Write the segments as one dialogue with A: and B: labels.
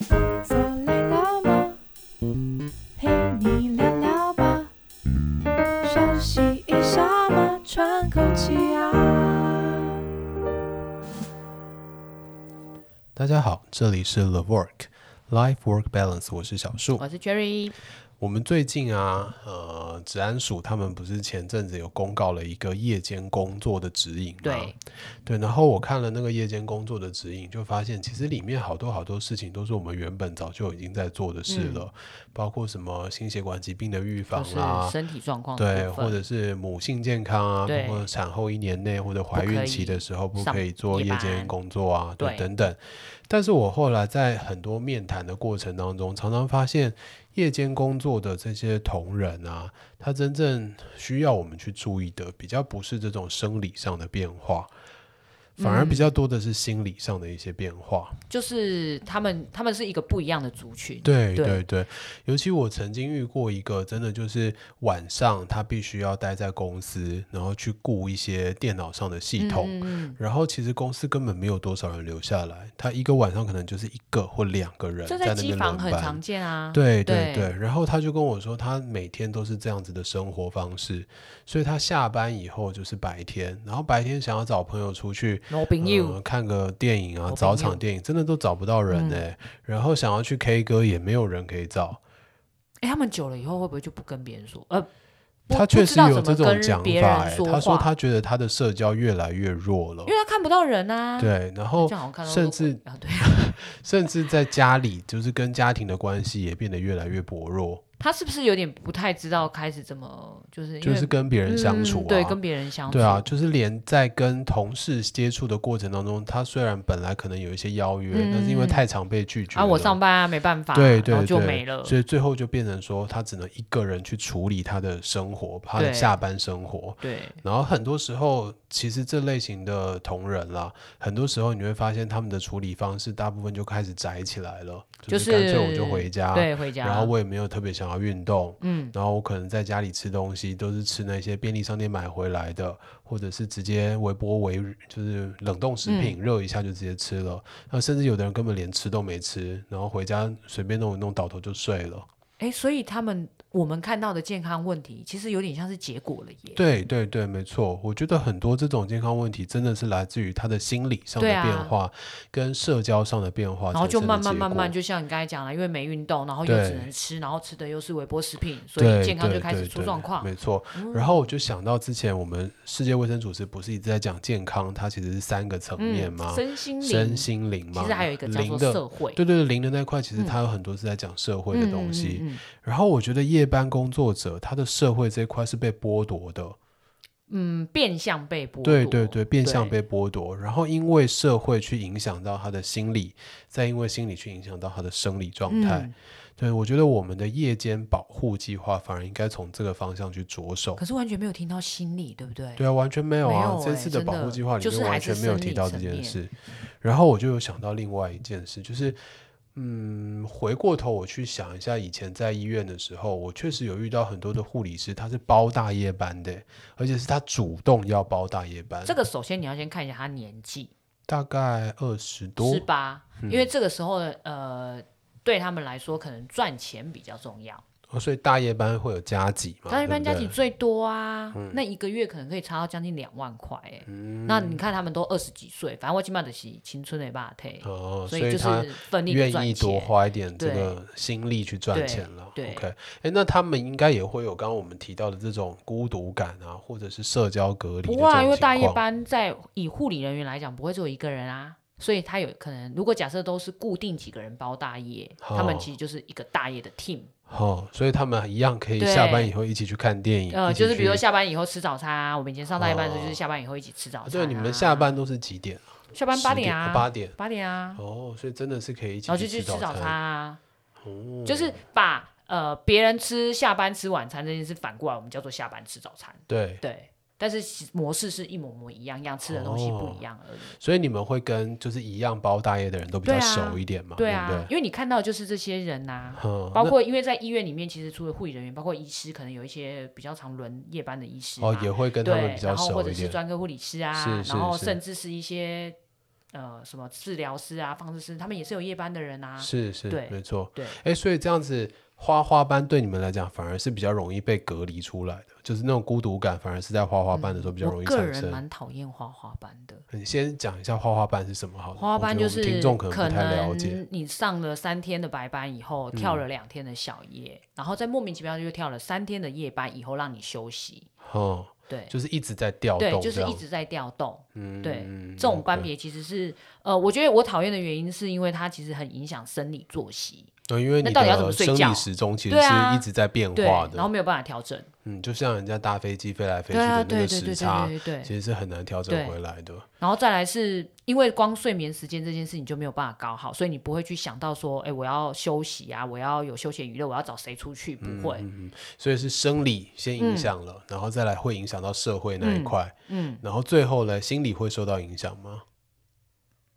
A: 坐累了吗？陪你聊聊吧，休息一下嘛，喘口气啊。
B: 大家好，这里是 The Work Life Work Balance，我是小树。
C: 我是 Cherry，
B: 我们最近啊，呃，治安署他们不是前阵子有公告了一个夜间工作的指引吗？
C: 对
B: 对，然后我看了那个夜间工作的指引，就发现其实里面好多好多事情都是我们原本早就已经在做的事了，包括什么心血管疾病的预防
C: 嗯就是
B: 啦，
C: 身体状况的
B: 啊对，
C: 部分
B: 或者是母性健康啊，
C: 对
B: 包括产后一年内或者怀孕期的时候
C: 不可
B: 不
C: 以
B: 可以做
C: 上
B: 夜
C: 夜班
B: 间工作啊，对，
C: 对
B: 等等。但是我后来在很多面谈的过程当中，常常发现夜间工作的这些同仁啊，他真正需要我们去注意的，比较不是这种生理上的变化。反而
C: 嗯
B: 比较多的是心理上的一些变化，
C: 就是他们他们是一个不一样的族群，
B: 对
C: 对
B: 对对，尤其我曾经遇过一个，真的就是晚上他必须要待在公司，然后去顾一些电脑上的系统，
C: 嗯，
B: 然后其实公司根本没有多少人留下来，他一个晚上可能就是一个或两个人
C: 这
B: 在那
C: 机
B: 边
C: 房很
B: 轮
C: 常
B: 班。
C: 见啊，
B: 对对
C: 对
B: 对，然后他就跟我说，他每天都是这样子的生活方式，所以他下班以后就是白天，然后白天想要找朋友出去，
C: 罗宾
B: 嗯
C: you，
B: 看个电影啊
C: 我，
B: 找
C: 朋友嗯
B: 场电影，真的都找不到人呢、然后想要去 K 歌也没有人可以找，
C: 哎，他们久了以后会不会就不跟别人说？呃，不
B: 他确实有这种讲
C: 不知
B: 法、
C: 道
B: 欸
C: 怎么跟别人。说话
B: 他说他觉得他的社交越来越弱了
C: 因。为他看不到人啊，，
B: 对，然
C: 这
B: 后
C: 样好像看到
B: 甚至
C: 啊，对，
B: 甚至在家里，就是跟家庭的关系也变得越来越薄弱，
C: 他是不是有点不太知道开始怎么就是因
B: 就
C: 为
B: 是跟别人相
C: 嗯
B: 处啊，
C: 对，跟别人相处，
B: 对啊，，就是连在跟同事接触的过程当中，他虽然本来可能有一些邀约，但是因为
C: 嗯
B: 太常被拒绝
C: 啊，我
B: 了
C: 上班啊，没办法，
B: 对对
C: 然
B: 对，
C: 后就没了，
B: 所以最后就变成说，他只能一个人去处理他的生活，他的
C: 对
B: 下班生活。
C: 对，
B: 然后很多时候，其实这类型的同仁啦，很多时候你会发现他们的处理方式，大部分就开始宅起来了，
C: 就是
B: 是干脆我就回家，
C: 对，回家，
B: 啊然后我也没有特别想要运动，
C: 嗯，
B: 然后我可能在家里吃东西都是吃那些便利商店买回来的，或者是直接微波微就是冷冻食
C: 嗯
B: 品、热一下就直接吃了。那甚至有的人根本连吃都没吃，然后回家随便弄一弄，倒头就睡了。
C: 哎，所以他们我们看到的健康问题，其实有点像是结果了耶。
B: 对对对，没错。我觉得很多这种健康问题真的是来自于他的心理上的
C: 对啊
B: 变化、跟社交上的变化
C: 然
B: 哦
C: 后
B: 产
C: 就
B: 生的结果，
C: 慢慢慢慢，就像你刚才讲了，因为没运动，然后又
B: 对
C: 只能吃，然后吃的又是微波食品，所
B: 对
C: 以健康
B: 对
C: 就开始
B: 对
C: 出
B: 对
C: 状况。
B: 没错，然后我就想到之前我们世界卫生组织不是一直在讲健康，它其实是三个层面
C: 嗯
B: 吗？，
C: 身心灵，
B: 身心灵嘛，
C: 其实还有一个叫
B: 灵
C: 做
B: 的，
C: 社会，
B: 对对对，灵的那块其实
C: 嗯
B: 它有很多是在讲社会
C: 嗯
B: 的东西。
C: 嗯嗯嗯
B: 然后我觉得夜班工作者他的社会这一块是被剥夺的，
C: 嗯变相被剥夺。
B: 对对对，变相
C: 对
B: 被剥夺。然后因为社会去影响到他的心理，再因为心理去影响到他的生理状态。
C: 嗯
B: 对我觉得我们的夜间保护计划反而应该从这个方向去着手。
C: 可是完全没有听到心理，对不对？
B: 对啊，完全没有
C: 没
B: 啊！
C: 有
B: 这
C: 欸
B: 次的
C: 真
B: 保护
C: 的
B: 计划里
C: 就是
B: 面完
C: 还是
B: 全没有
C: 生
B: 提
C: 理
B: 到这
C: 层
B: 件
C: 面
B: 事。然后我就有想到另外一件事，就是，嗯，回过头我去想一下，以前在医院的时候，我确实有遇到很多的护理师，他是包大夜班的，而且是他主动要包大夜班，
C: 这个首先你要先看一下他年纪，
B: 大概二十多嗯
C: 是，吧？因为这个时候呃，对他们来说可能赚钱比较重要。
B: 哦所以大夜班会有加急嘛？
C: 大一
B: 对
C: 般
B: 不
C: 加
B: 对嗯
C: 起最多啊，那一个月可能可以差到将近两万块哎、那你看他们都二十几岁，反正我起码得是青春的吧，退、
B: 哦，
C: 所
B: 以
C: 就
B: 他
C: 是奋力地
B: 愿
C: 赚
B: 意多
C: 钱。
B: 花一点这
C: 对
B: 个心力去赚
C: 对
B: 钱了。
C: 对
B: OK，哎，那他们应该也会有刚刚我们提到的这种孤独感啊，或者是社交隔离的
C: 不
B: 这
C: 过、
B: 种
C: 啊，因为
B: 情
C: 大夜
B: 况
C: 班在以护理人员来讲，不会只有一个人啊，所以他有可能，如果假设都是固定几个人包大夜，他
B: 哦
C: 们其实就是一个大夜的 team，
B: 哦，所以他们一样可以下班以后一起去看电影，
C: 呃，
B: 一起
C: 就是比如说
B: 去
C: 下班以后吃早餐啊，我们以前上大夜班的时候就是下班以后一起吃早
B: 啊
C: 餐、啊。
B: 对，你们下班都是几点？
C: 下班八
B: 10点
C: 啊，
B: 八点
C: 八点啊，
B: 哦，所以真的是可以一起
C: 然后就去
B: 吃
C: 吃早餐
B: 餐。
C: 啊。
B: 哦
C: 就是把呃别人吃下班吃晚餐这件事反过来，我们叫做下班吃早餐。
B: 对，
C: 对，但是其模式是一模模一样样，吃的东西不
B: 哦
C: 一样而已。
B: 所以你们会跟就是一样包大夜的人都比较
C: 对啊
B: 熟一点嘛，
C: 对
B: 不
C: 啊
B: 对，？
C: 因为你看到的就是这些人呐、
B: 嗯
C: 包
B: 那
C: 括因为在医院里面，其实除了护理人员，包括医师，可能有一些比较常轮夜班的医师嘛
B: 哦也会跟他们
C: 对
B: 比，较
C: 然后
B: 熟
C: 或
B: 一
C: 者是
B: 点。
C: 专科护理师啊，
B: 是是
C: 然后
B: 是
C: 甚至是一些。呃什么治疗师啊、放射师，他们也是有夜班的人啊。
B: 是是，
C: 对
B: 没错。
C: 对，
B: 哎，所以这样子花花班对你们来讲反而是比较容易被隔离出来的，就是那种孤独感，反而是在花花班的时候比较容易
C: 嗯我个
B: 产
C: 人
B: 生。
C: 蛮讨厌花花班的。
B: 你先讲一下花花班是什么好了？
C: 花花班
B: 我
C: 就
B: 觉得我们
C: 是
B: 听众可能不太了解。嗯
C: 能你上了三天的白班以后，跳了两天的小夜，然后再莫名其妙就跳了三天的夜班以后让你休息。
B: 哦，
C: 对，
B: 就是一直在调动，
C: 对，
B: 这
C: 就是
B: 样
C: 一直在调动。
B: 嗯
C: 对
B: 嗯
C: 这种班
B: OK
C: 别其实是呃，我觉得我讨厌的原因是因为它其实很影响生理作息，
B: 呃因为
C: 那
B: 你
C: 到底要怎
B: 的
C: 么睡
B: 生
C: 觉
B: 理时钟其实
C: 对啊
B: 是一直在变
C: 对
B: 化，的，
C: 然后没有办法调整。
B: 嗯，就像人家搭飞机飞来飞去
C: 对啊，
B: 的那
C: 对
B: 个
C: 对对
B: 时
C: 对
B: 差，
C: 对对
B: 其
C: 对。
B: 实是很难调整
C: 对
B: 回来的。
C: 然后再来是因为光睡眠时间这件事情就没有办法搞好，所以你不会去想到说，哎，我要休息啊，我要有休闲娱乐，我要找谁出去，不会。
B: 嗯，嗯所以是生理先影响了，然后再来会影响到社会那一块，
C: 嗯，
B: 然后最后呢，心理会受到影响吗？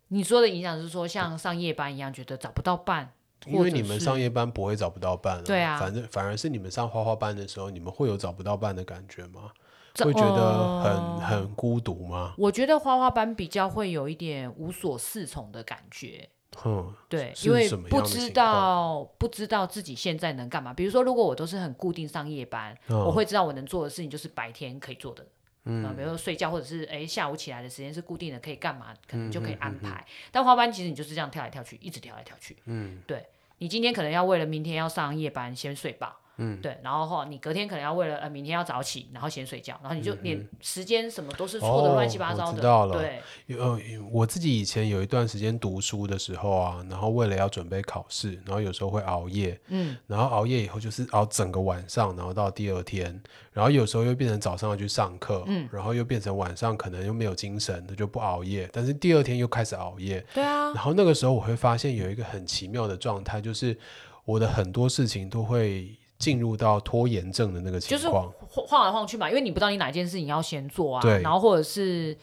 C: 你说的影响是说像上夜班一样，觉得找不到伴，
B: 因
C: 或
B: 为
C: 者
B: 你们
C: 是
B: 上夜班不会找不到伴、啊，
C: 对啊
B: 反正反而是你们上花花班的时候，你们会有找不到伴的感觉吗？
C: 这
B: 会觉得很、
C: 呃
B: 很孤独吗？
C: 我觉得花花班比较会有一点无所适从的感觉，
B: 嗯，
C: 对，
B: 是
C: 因为
B: 什么
C: 不
B: 样的
C: 知
B: 情况
C: 道不知道自己现在能干嘛。比如说，如果我都是很固定上夜班，
B: 嗯
C: 我会知道我能做的事情就是白天可以做的。嗯、比如说睡觉，或者是哎下午起来的时间是固定的，可以干嘛，可能就可以
B: 嗯
C: 安排。但花班其实你就是这样跳来跳去，一直跳来跳去。嗯，对你今天可能要为了明天要上夜班先睡饱，嗯，对，然后后你隔天可能要为了呃明天要早起，然后先睡觉，然后你就连时间什么都是错的
B: 嗯哦
C: 乱七八
B: 我
C: 糟
B: 知
C: 的，
B: 道了
C: 对，
B: 呃，我自己以前有一段时间读书的时候啊，然后为了要准备考试，然后有时候会熬夜，
C: 嗯，
B: 然后熬夜以后就是熬整个晚上，然后到第二天，然后有时候又变成早上要去上课，嗯，然后又变成晚上可能又没有精神，那就不熬夜，但是第二天又开始熬夜，
C: 对啊，
B: 然后那个时候我会发现有一个很奇妙的状态，就是我的很多事情都会进入到拖延症的那个情
C: 就是
B: 况，
C: 晃晃来晃去嘛，因为你不知道你哪件事情要先做啊
B: 对，
C: 然后或者是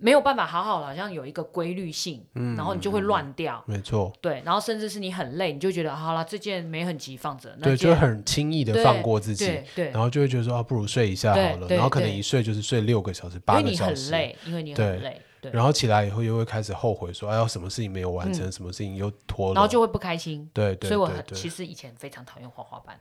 C: 没有办法好好的好像有一个规律性，
B: 嗯
C: 然后你就会乱掉。
B: 没错，
C: 对，然后甚至是你很累，你就觉得好了，这件没很急，放着。那
B: 对，就
C: 件
B: 会很轻易的放过自己，
C: 对对，
B: 然后就会觉得说啊，不如睡一下
C: 对
B: 好了，
C: 对
B: 然后可能
C: 对
B: 一睡就是睡六个小时、
C: 因
B: 八
C: 为
B: 个
C: 你
B: 小
C: 很
B: 时，
C: 累，因为你
B: 对
C: 很累，对，嗯
B: 然后起来以后又会开始后悔说，哎呀，什么事情没有完成，什么事情又拖了，
C: 然后就会不开心。
B: 对对
C: 所以我
B: 对
C: 很其
B: 对，
C: 实以前非常讨厌花花班，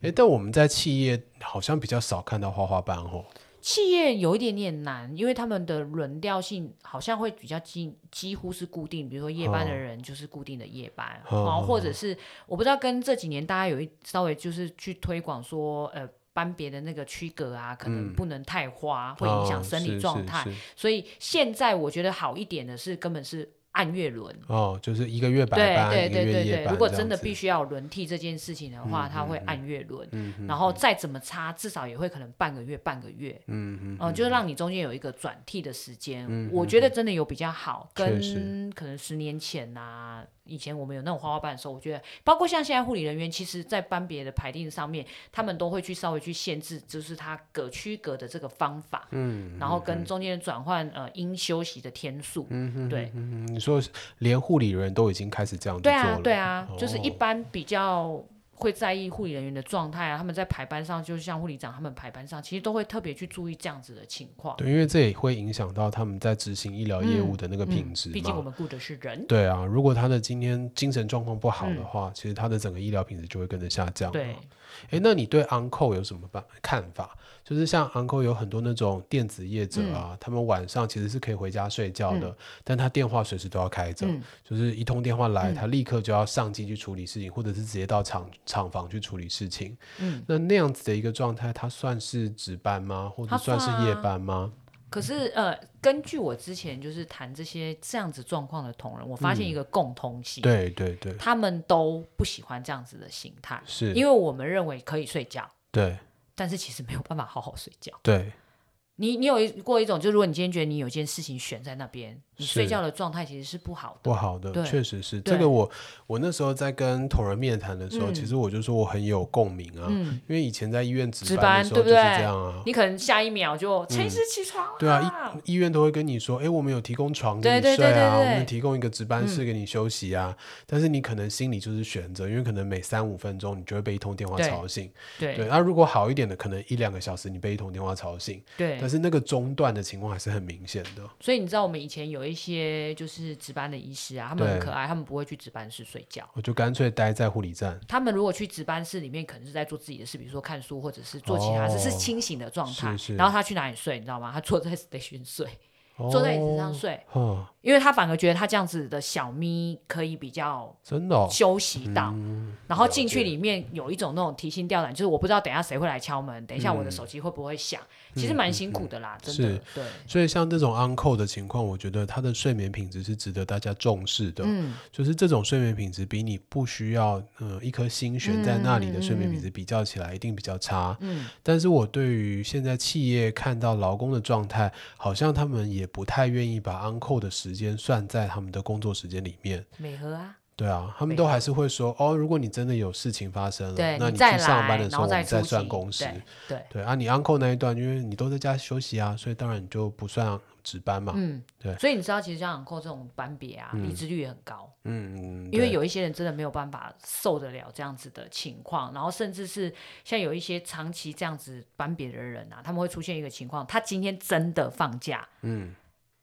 B: 哎，但我们在企业好像比较少看到花花班哦，
C: 企业有一点点难，因为他们的轮调性好像会比较近，几乎是固定。比如说夜班的
B: 哦
C: 人就是固定的夜班，
B: 哦
C: 然后或
B: 哦
C: 者是我不知道跟这几年大家有一稍微就是去推广说，呃，班别的那个区隔啊，可能
B: 嗯
C: 不能太花，会影响
B: 哦
C: 生理
B: 是
C: 状
B: 是
C: 态。
B: 是
C: 所以现在我觉得好一点的是，根本是按月轮。
B: 哦，就是一个月白
C: 对
B: 班，
C: 对
B: 一个
C: 对
B: 月
C: 对
B: 夜
C: 对，
B: 班，
C: 如果真的必
B: 须，
C: 须要有轮替这件事情的话，
B: 嗯
C: 它会
B: 嗯嗯
C: 按月轮，
B: 嗯哼，
C: 然后再怎么差，至少也会可能半个月半个月。
B: 嗯哼，嗯
C: 嗯，就是让你中间有一个转替的时间，我觉得真的有比较好，
B: 确
C: 跟
B: 实
C: 可能十年前呐、以前我们有那种花花班的时候，我觉得包括像现在护理人员，其实在班别的排定上面，他们都会去稍微去限制，就是他隔区隔的这个方法，嗯，然后跟中间的转换，呃，应休息的天数，嗯对，
B: 嗯你说连护理人都已经开始这样子
C: 对
B: 做了
C: 啊，，对啊，就是一
B: 哦
C: 般比较。会在意护理人员的状态啊，他们在排班上，就像护理长他们排班上，其实都会特别去注意这样子的情况。
B: 对，因为这也会影响到他们在执行医疗业务的那个
C: 嗯
B: 品质嘛，
C: 毕竟我们雇的是人。
B: 对啊，如果他的今天精神状况不好的
C: 嗯
B: 话，其实他的整个医疗品质就会跟着下降。
C: 对，，
B: 哎，那你对 Uncle 有什么办看法？就是像 Uncle 有很多那种电子业者啊，
C: 嗯
B: 他们晚上其实是可以回家睡觉的，但他电话随时都要开着，
C: 嗯
B: 就是一通电话来，
C: 嗯
B: 他立刻就要上机去处理事情，或者是直接到厂厂房去处理事情。
C: 嗯。
B: 那那样子的一个状态，他算是值班吗？或者
C: 他
B: 算是
C: 算
B: 夜
C: 啊
B: 班吗？
C: 可是呃，根据我之前就是谈这些这样子状况的同仁，我发现一个共通性，
B: 嗯对对对，
C: 他们都不喜欢这样子的形态，
B: 是，
C: 因为我们认为可以睡觉，
B: 对
C: 但是其实没有办法好好睡觉。
B: 对，
C: 你你有一过一种，就如果你今天觉得你有一件事情悬在那边，你
B: 是
C: 睡觉的状态其实是不好的。
B: 不好的，
C: 对
B: 确实是这个
C: 对
B: 我。我那时候在跟同仁面谈的时候，
C: 嗯
B: 其实我就说我很有共鸣啊，
C: 嗯，
B: 因为以前在医院值
C: 值
B: 班的
C: 班
B: 时候就
C: 对不
B: 是这
C: 对
B: 样啊。
C: 你可能下一秒就陈医师起床
B: 嗯对啊
C: 啦，
B: 医院都会跟你说，哎，我们有提供床给
C: 对
B: 你
C: 对
B: 睡
C: 对
B: 啊，
C: 对嗯
B: 我们
C: 对
B: 提供一个值班室给你休息啊。但是你可能心里就是悬着，因为可能每三五分钟你就会被一通电话
C: 对
B: 吵醒。对，
C: 对
B: 那、如果好一点的，可能一两个小时你被一通电话吵醒，
C: 对
B: 但是那个中断的情况还是很明显的。
C: 所以你知道我们以前有一一些就是值班的医师啊，他们很
B: 对
C: 可爱，他们不会去值班室睡觉。
B: 我就干脆待在护理站。
C: 他们如果去值班室里面，可能是在做自己的事，比如说看书或者是做其他事，
B: 哦
C: 是清醒的状态。
B: 是是
C: 然后他去哪里睡，你知道吗？他坐在 station 睡，坐在椅子上
B: 哦，
C: 睡，
B: 哦，
C: 因为他反而觉得他这样子的小咪可以比较
B: 真的、哦，
C: 休息到，
B: 嗯
C: 然后
B: 了
C: 进去
B: 解
C: 里面有一种那种提心吊胆，就是我不知道等一下谁会来敲门，等一下我的
B: 嗯
C: 手机会不会响，其实蛮辛苦的啦，真的
B: 是，
C: 对，
B: 所以像这种 on call 的情况，我觉得他的睡眠品质是值得大家重视的。
C: 嗯，
B: 就是这种睡眠品质比你不需要嗯一颗心悬在那里的睡眠品质比较起来，一定比较差。
C: 嗯，
B: 但是我对于现在企业看到劳工的状态，好像他们也不太愿意把 on call 的时间算在他们的工作时间里面。
C: 美和啊，
B: 对啊，他们
C: 没
B: 都还是会说哦，如果你真的有事情发生了
C: 对，
B: 呃那你去
C: 再
B: 上
C: 来
B: 班的，时
C: 然
B: 候
C: 后
B: 我们
C: 出
B: 再算
C: 勤
B: 工时。
C: 对对，
B: 对啊，你 uncle 那一段，因为你都在家休息啊，所以当然你就不算值班嘛。
C: 嗯，
B: 对
C: 所以你知道，其实像昂扣这种班别啊，
B: 嗯
C: 离职率也很高，
B: 嗯，
C: 因为
B: 对
C: 有一些人真的没有办法受得了这样子的情况，然后甚至是像有一些长期这样子班别的人啊，他们会出现一个情况，他今天真的放假，
B: 嗯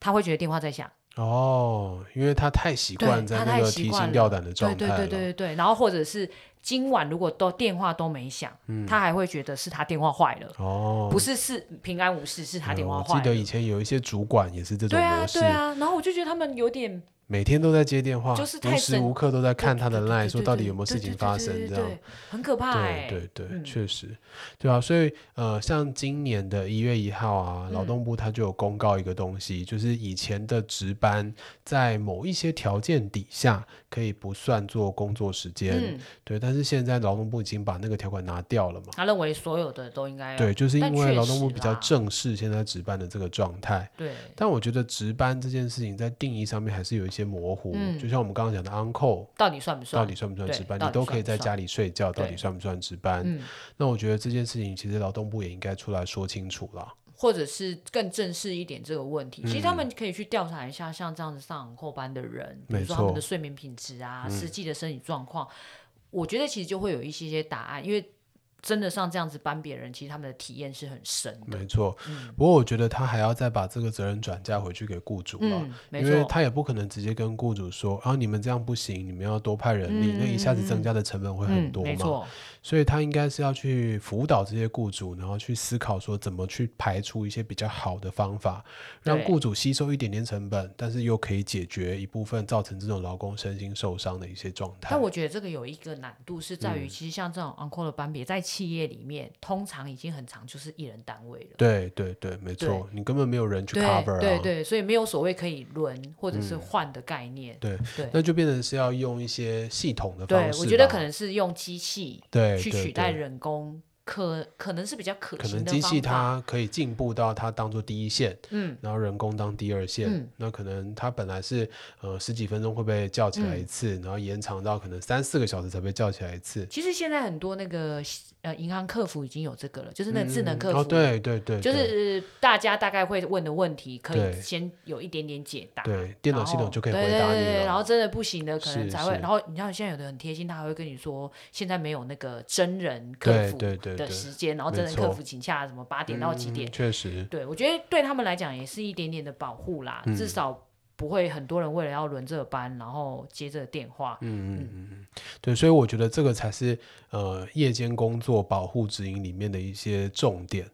C: 他会觉得电话在响，
B: 哦，因为他太习惯
C: 对
B: 在
C: 他
B: 那
C: 太
B: 个
C: 习
B: 提
C: 惯
B: 心
C: 了
B: 吊胆的状
C: 对
B: 态
C: 对
B: 了。
C: 对对对对，然后或者是今晚如果都电话都没响，他还会觉得是他电话坏了，
B: 嗯哦，
C: 不是是平安无事，是他
B: 对
C: 电话
B: 我记
C: 坏了
B: 得。以前有一些主管也是这种
C: 对啊
B: 模，式，
C: 对啊，然后我就觉得他们有点
B: 每天都在接电话，
C: 就是
B: 无
C: 太
B: 时
C: 神
B: 无刻都在看他的
C: 对
B: line，
C: 对
B: 说
C: 对
B: 到底
C: 对
B: 有没有
C: 对
B: 事
C: 对
B: 情
C: 对
B: 发
C: 对
B: 生
C: 对
B: 这
C: 对
B: 样。
C: 很可怕哎、
B: 对对对，
C: 嗯
B: 确实，对啊，所以呃，像今年的一月一号啊，劳
C: 嗯
B: 动部它就有公告一个东西，就是以前的值班在某一些条件底下可以不算做工作时间，
C: 嗯，
B: 对，但是现在劳动部已经把那个条款拿掉了嘛。
C: 他认为所有的都应该要
B: 对，就是因
C: 哎但
B: 为
C: 确
B: 劳动部
C: 实
B: 比较
C: 啦
B: 正视现在值班的这个状态，
C: 对
B: 但我觉得值班这件事情在定义上面还是有一些模糊。
C: 嗯
B: 就像我们刚刚讲的 uncle，
C: 到底算不算？
B: 到底算不算
C: 对
B: 值班？
C: 到
B: 你
C: 底
B: 都
C: 算
B: 可以
C: 不
B: 在
C: 算
B: 家里睡觉，到
C: 对
B: 底算不算值班？
C: 嗯，
B: 那我觉得这件事情其实劳动部也应该出来说清楚了。
C: 或者是更正式一点这个问题，其
B: 嗯
C: 实他们可以去调查一下，像这样子上后班的人，比
B: 没
C: 如说他们
B: 错嗯
C: 的睡眠品质啊、实际的身体状况，我觉得其实就会有一些些答案，因为真的上这样子班别人，其实他们的体验是很深的。
B: 没错，
C: 嗯
B: 不过我觉得他还要再把这个责任转嫁回去给雇主了。
C: 嗯，没
B: 因为
C: 错，
B: 他也不可能直接跟雇主说啊，你们这样不行，你们要多派人力，
C: 嗯
B: 那一下子
C: 嗯
B: 增加的成本会很
C: 嗯，
B: 多
C: 没
B: 嘛。
C: 错，
B: 所以他应该是要去辅导这些雇主，然后去思考说怎么去排除一些比较好的方法，让
C: 对
B: 雇主吸收一点点成本，但是又可以解决一部分造成这种劳工身心受伤的一些状态。
C: 但我觉得这个有一个难度是在于，
B: 嗯
C: 其实像这种 uncle 的班别，在企业里面通常已经很长，就是一人单位了。
B: 对对对，没
C: 对
B: 错，你根本没有人去
C: 对
B: cover 啊。嗯
C: 对对，所以没有所谓可以轮或者是换的概念。
B: 对
C: 对
B: 那就变成是要用一些系统的方
C: 对
B: 式吧。，
C: 我觉得可能是用机器
B: 对
C: 去
B: 对
C: 取代
B: 对
C: 人工，可可能是比较可
B: 可
C: 行
B: 能
C: 的
B: 机器
C: 方法。
B: 它可以进步到它当做第一线，
C: 嗯，
B: 然后人工当第二线。
C: 嗯
B: 那可能它本来是呃十几分钟会被叫起来
C: 嗯
B: 一次，然后延长到可能三四个小时才被叫起来一次。
C: 其实现在很多那个呃银行客服已经有这个了，就是那个智能
B: 嗯
C: 客服，
B: 哦，对对对，
C: 就
B: 对
C: 是大家大概会问的问题，可
B: 对
C: 以先有一点点解答。
B: 对电脑系
C: 然
B: 统
C: 后
B: 就可以
C: 对
B: 回
C: 对
B: 答
C: 对
B: 你
C: 对
B: 了。
C: 然后真的不行的，可能
B: 是
C: 才会。
B: 是
C: 然后你知道现在有的很贴心，他还会跟你说，现在没有那个真人客
B: 对
C: 服
B: 对对对
C: 的，时间，然后
B: 没
C: 真人客
B: 错
C: 服请假什么八点到几点
B: 嗯？确实，
C: 对，我觉得对他们来讲也是一点点的保护啦，
B: 嗯
C: 至少不会很多人为了要轮这个班，然后接这个电话。
B: 嗯嗯嗯嗯，对，所以我觉得这个才是呃夜间工作保护指引里面的一些重点。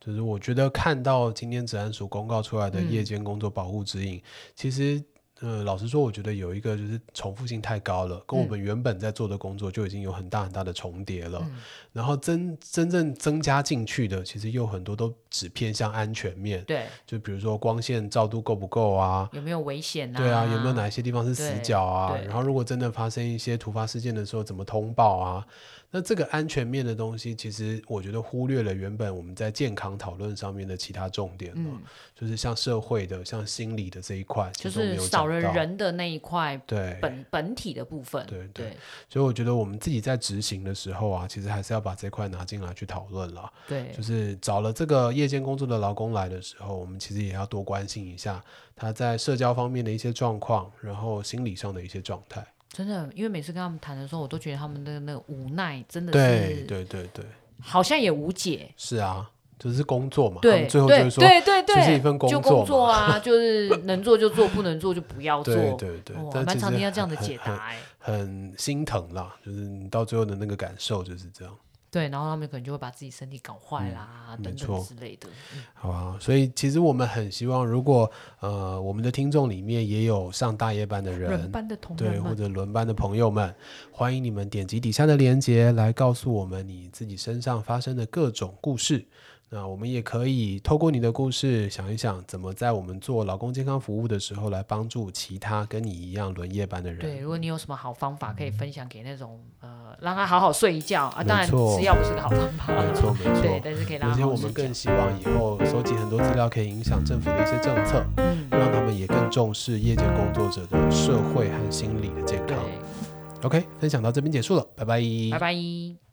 B: 就是我觉得看到今天治安署公告出来的夜
C: 嗯
B: 间工作保护指引，其实呃老实说，我觉得有一个就是重复性太高了，跟我
C: 嗯
B: 们原本在做的工作就已经有很大很大的重叠了。
C: 嗯
B: 然后真真正增加进去的，其实有很多都只偏向安全面，
C: 对，
B: 就比如说光线照度够不够啊，
C: 有没有危险啊？
B: 对啊，有没有哪一些地方是死
C: 对
B: 角啊？
C: 对
B: 然后如果真的发生一些突发事件的时候，怎么通报啊？那这个安全面的东西，其实我觉得忽略了原本我们在健康讨论上面的其他重点了，
C: 嗯
B: 就是像社会的、像心理的这一块，哦其
C: 就
B: 实都没
C: 是
B: 有
C: 少
B: 讲
C: 了
B: 到。
C: 人的那一块
B: 对，
C: 本本体的部分。
B: 对对
C: 对
B: 所以我觉得我们自己在执行的时候啊，其实还是要把这块拿进来去讨论了。
C: 对
B: 就是找了这个夜间工作的劳工来的时候，我们其实也要多关心一下他在社交方面的一些状况，然后心理上的一些状态。
C: 真的，因为每次跟他们谈的时候，我都觉得他们的那个无奈真的
B: 对
C: 是
B: 对对对，
C: 好像也无解。
B: 是啊，就是工作嘛，他
C: 对
B: 们最后就
C: 对
B: 是说，
C: 对对对，
B: 就是一份工
C: 就
B: 作
C: 工
B: 嘛
C: 作啊，就是能做就做，不能做就不要 做。
B: 对对对
C: 哇，
B: 但
C: 蛮
B: 其
C: 常
B: 实
C: 听到这样的
B: 很
C: 解
B: 很
C: 答哎、
B: 很心疼啦，就是你到最后的那个感受就是这样，
C: 对，然后他们可能就会把自己身体搞坏啦、
B: 嗯没
C: 等
B: 错
C: 等之类的。嗯
B: 好啊。所以其实我们很希望，如果呃我们的听众里面也有上大夜班的
C: 人
B: 人，
C: 班的同
B: 对，
C: 仁
B: 或
C: 们，
B: 者轮班的朋友们，欢迎你们点击底下的链接来告诉我们你自己身上发生的各种故事。那我们也可以透过你的故事，想一想怎么在我们做劳工健康服务的时候，来帮助其他跟你一样轮夜班的人。嗯
C: 对，如果你有什么好方法可以分享给那种呃，让他好好睡一觉啊，
B: 没
C: 当然
B: 错
C: 吃药不是个好方法，
B: 没错，没错
C: 对，。但是可以让
B: 而
C: 他
B: 且
C: 好
B: 我
C: 好睡
B: 们
C: 觉
B: 更。希望以后收集很多资料，可以影响政府的一些政策，
C: 嗯，
B: 让他们也更重视夜间工作者的社会和心理的健康。
C: 嗯对，
B: OK，分享到这边结束了，拜拜。
C: 拜拜。